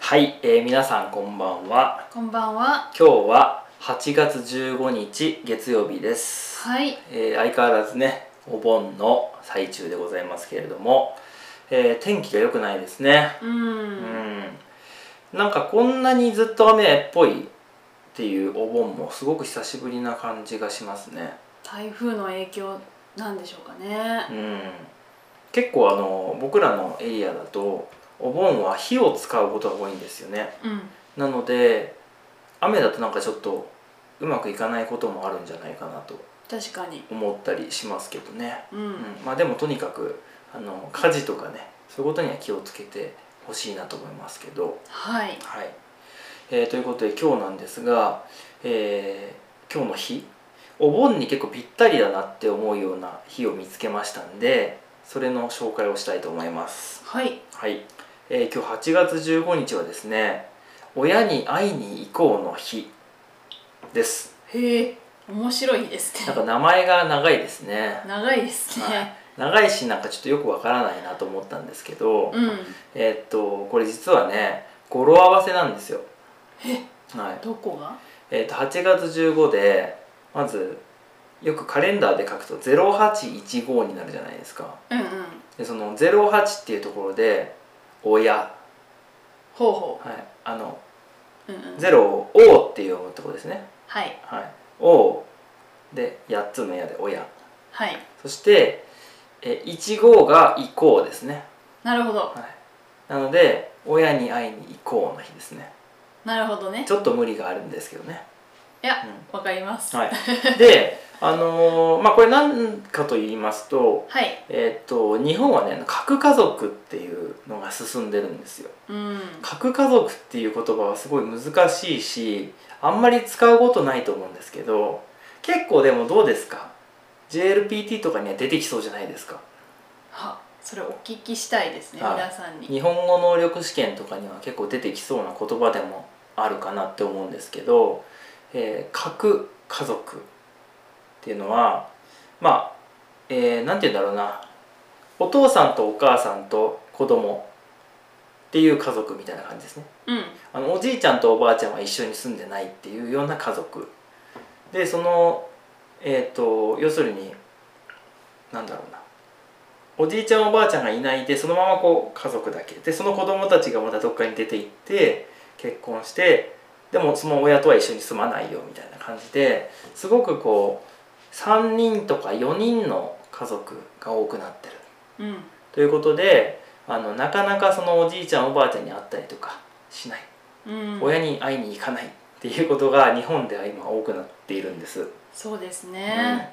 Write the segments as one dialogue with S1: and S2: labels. S1: はい、えー皆さんこんばんは
S2: こんばんは。
S1: 今日は8月15日月曜日です、
S2: はい。
S1: えー相変わらずねお盆の最中でございますけれども、えー天気が良くないですね
S2: う。
S1: うんんなんかこんなにずっと雨っぽいっていうお盆もすごく久しぶりな感じがしますね
S2: 台風の影響なんでしょうかね。
S1: うん結構あの僕らのエリアだとお盆は火を使うことが多いんですよね
S2: うん。
S1: なので雨だとなんかちょっとうまくいかないこともあるんじゃないかなと
S2: 確かに。
S1: 思ったりしますけどね、
S2: うん。
S1: うんまあでもとにかくあの家事とかねそういうことには気をつけてほしいなと思いますけど
S2: はい。
S1: はい、えーということで今日なんですが、えー今日の日お盆に結構ぴったりだなって思うような日を見つけましたんでそれの紹介をしたいと思います
S2: はい。
S1: はい、えー今日8月15日はですね親に会いに行こうの日です
S2: へえ。面白いです
S1: なん
S2: ね。
S1: か名前が長いですね
S2: 長いです
S1: はい
S2: ね。
S1: 長いしなんかちょっとよくわからないなと思ったんですけど、
S2: うん。
S1: えーっとこれ実はね語呂合わせなんですよはい
S2: どこが。
S1: えーっと8月15でまずよくカレンダーで書くと0815になるじゃないですか
S2: うんうん。
S1: でその08っていうところで親、は
S2: ほうほ
S1: い、あの
S2: う。うんうん。
S1: ゼロを「お」って読むとこですね
S2: はい。
S1: はい「お」で8つの「や」で「親
S2: はい。」
S1: そしてえ1号が「行こう」ですね、
S2: なるほど。
S1: はい、なので「親に会いに行こう」の日ですね
S2: なるほどね
S1: ち。ょっと無理があるんですけどね、
S2: いや。わかります。
S1: うんはい、であのーまあこれ何かと言いますと
S2: はい。
S1: えーっと日本はね核家族っていうのが進んでるんですよ
S2: うん。
S1: 核家族っていう言葉はすごい難しいしあんまり使うことないと思うんですけど結構でもどうですか JLPT とかには出てきそうじゃないですか
S2: は。それお聞きしたいですね。
S1: はい
S2: 皆さんに。
S1: 日本語能力試験とかには結構出てきそうな言葉でもあるかなって思うんですけど、えー核家族っていうのはまあ何、えーなんて言うんだろうなお父さんとお母さんと子供っていう家族みたいな感じですね
S2: うん。
S1: あのおじいちゃんとおばあちゃんは一緒に住んでないっていうような家族でそのえっ、と要するになんだろうなおじいちゃんおばあちゃんがいないでそのままこう家族だけでその子供たちがまたどっかに出て行って結婚してでもその親とは一緒に住まないよみたいな感じですごくこう3人とか4人の家族が多くなってる
S2: うん。
S1: ということであのなかなかそのおじいちゃんおばあちゃんに会ったりとかしない
S2: うん。
S1: 親に会いに行かないっていうことが日本では今多くなっているんです、
S2: そうですね。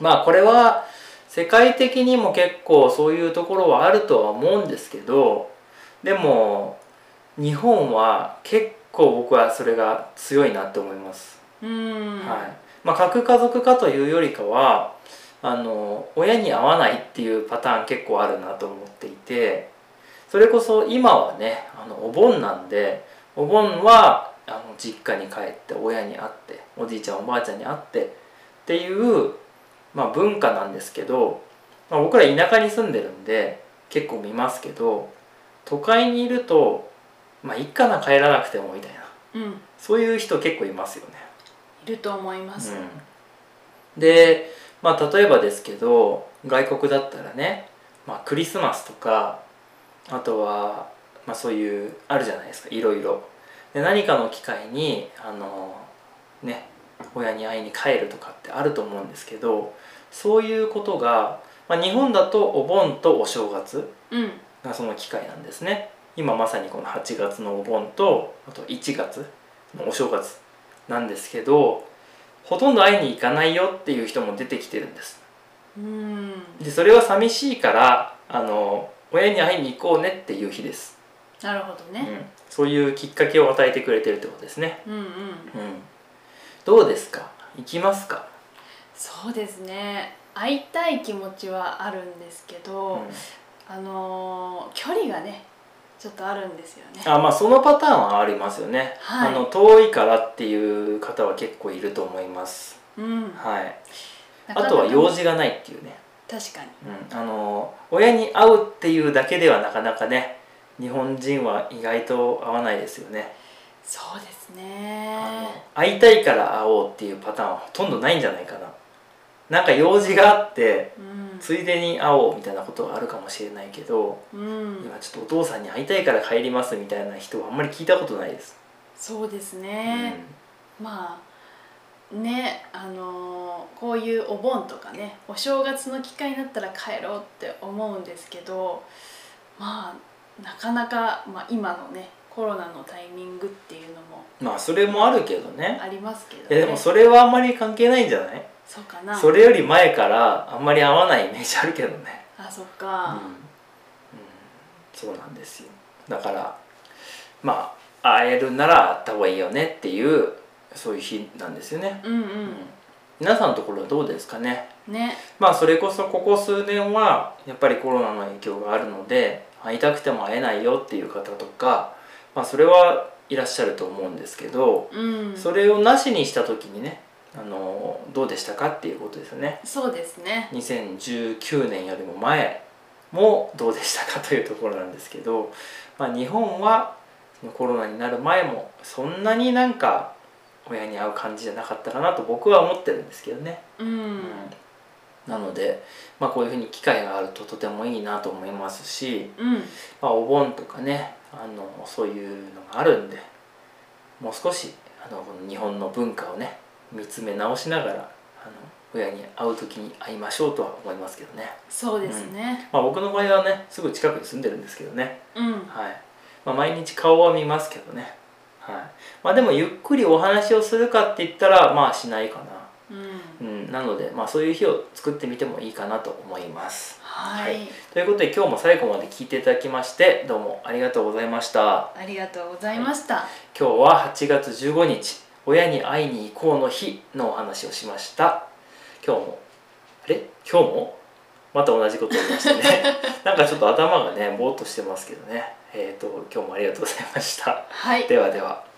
S1: うんまあこれは世界的にも結構そういうところはあるとは思うんですけどでも日本は結構僕はそれが強いなって思います、
S2: うん。
S1: はいまあ核家族化というよりかはあの親に会わないっていうパターン結構あるなと思っていてそれこそ今はねあのお盆なんでお盆はあの実家に帰って親に会っておじいちゃんおばあちゃんに会ってっていう、まあ、文化なんですけど、まあ、僕ら田舎に住んでるんで結構見ますけど都会にいるとまあいっかな帰らなくてもみたいな
S2: うん。
S1: そういう人結構いますよね。
S2: いると思います。
S1: うん、で、まあ、例えばですけど外国だったらね、まあ、クリスマスとかあとは、まあ、そういうあるじゃないですかいろいろで何かの機会にあのね親に会いに帰るとかってあると思うんですけどそういうことが、まあ、日本だとお盆とお正月
S2: うん。
S1: がその機会なんですね今まさにこの8月のお盆とあと1月のお正月なんですけどほとんど会いに行かないよっていう人も出てきてるんです
S2: うん。
S1: でそれは寂しいからあの親に会いに行こうねっていう日です、
S2: なるほど
S1: う
S2: ね。
S1: ん、そういうきっかけを与えてくれてるってことですね、
S2: うんうん。
S1: うん、どうですか行きますか、
S2: そうですね。会いたい気持ちはあるんですけ
S1: うん
S2: ど、あのー距離がね、ちょっとあるんですよね。
S1: あまあそのパターンはありますよね、
S2: はい
S1: あの遠いからっていう方は結構いると思います、
S2: うん。
S1: はい、
S2: なか
S1: あ
S2: なか
S1: とは用事がないっていうね
S2: 確かに。
S1: うん、あの親に会うっていうだけではなかなかね日本人は意外と会わないですよね、
S2: そうです
S1: あの
S2: ね
S1: 会いたいから会おうっていうパターンはほとんどないんじゃないかななんか用事があって
S2: うん
S1: ついでに会おうみたいなことはあるかもしれないけど
S2: うん
S1: 今ちょっとお父さんに会いたいから帰りますみたいな人はあんまり聞いたことないです、
S2: そうですね、まあねあのーこういうお盆とかねお正月の機会になったら帰ろうって思うんですけどまあなかなか、まあ、今のねコロナのタイミングっていうのも
S1: うんまあそれもあるけどね
S2: ありますけど、ね、
S1: いやでもそれはあんまり関係ないんじゃない
S2: そうかな
S1: それより前からあんまり合わないイメージあるけどね
S2: あそっ
S1: うん、う
S2: か
S1: ん、そうなんですよだからまあ会えるなら会った方がいいよねっていうそういう日なんですよね、
S2: うん、うん
S1: う皆さんのところはどうですかね
S2: ね
S1: まあそれこそここ数年はやっぱりコロナの影響があるので会いたくても会えないよっていう方とか、まあ、それはいらっしゃると思うんですけど、
S2: うん
S1: それをなしにした時にねあのどうでしたかっていうことですよね
S2: そうですね
S1: 2019年よりも前もどうでしたかというところなんですけど、まあ、日本はコロナになる前もそんなになんか親に会う感じじゃなかったかなと僕は思ってるんですけどね。
S2: うん
S1: なので、まあ、こういうふうに機会があるととてもいいなと思いますし、
S2: うん
S1: まあ、お盆とかねあのそういうのがあるんでもう少しあのこの日本の文化をね見つめ直しながらあの親に会う時に会いましょうとは思いますけどね、
S2: そうですね
S1: まあ、僕の場合はねすぐ近くに住んでるんですけどね、
S2: うん
S1: はいまあ、毎日顔は見ますけどね、はいまあ、でもゆっくりお話をするかって言ったらまあしないかな。
S2: うん
S1: うん、なので、まあ、そういう日を作ってみてもいいかなと思います。
S2: は
S1: はい
S2: い
S1: ということで今日も最後まで聞いていただきましてどうもありがとうございました。
S2: ありがとうございました
S1: 今日は8月15日「親に会いに行こうの日」のお話をしました。今日もあれ今日もまた同じことを言いましたね。なんかちょっと頭がねぼーっとしてますけどね。えっ、と今日もありがとうございました。
S2: はい
S1: ではでは。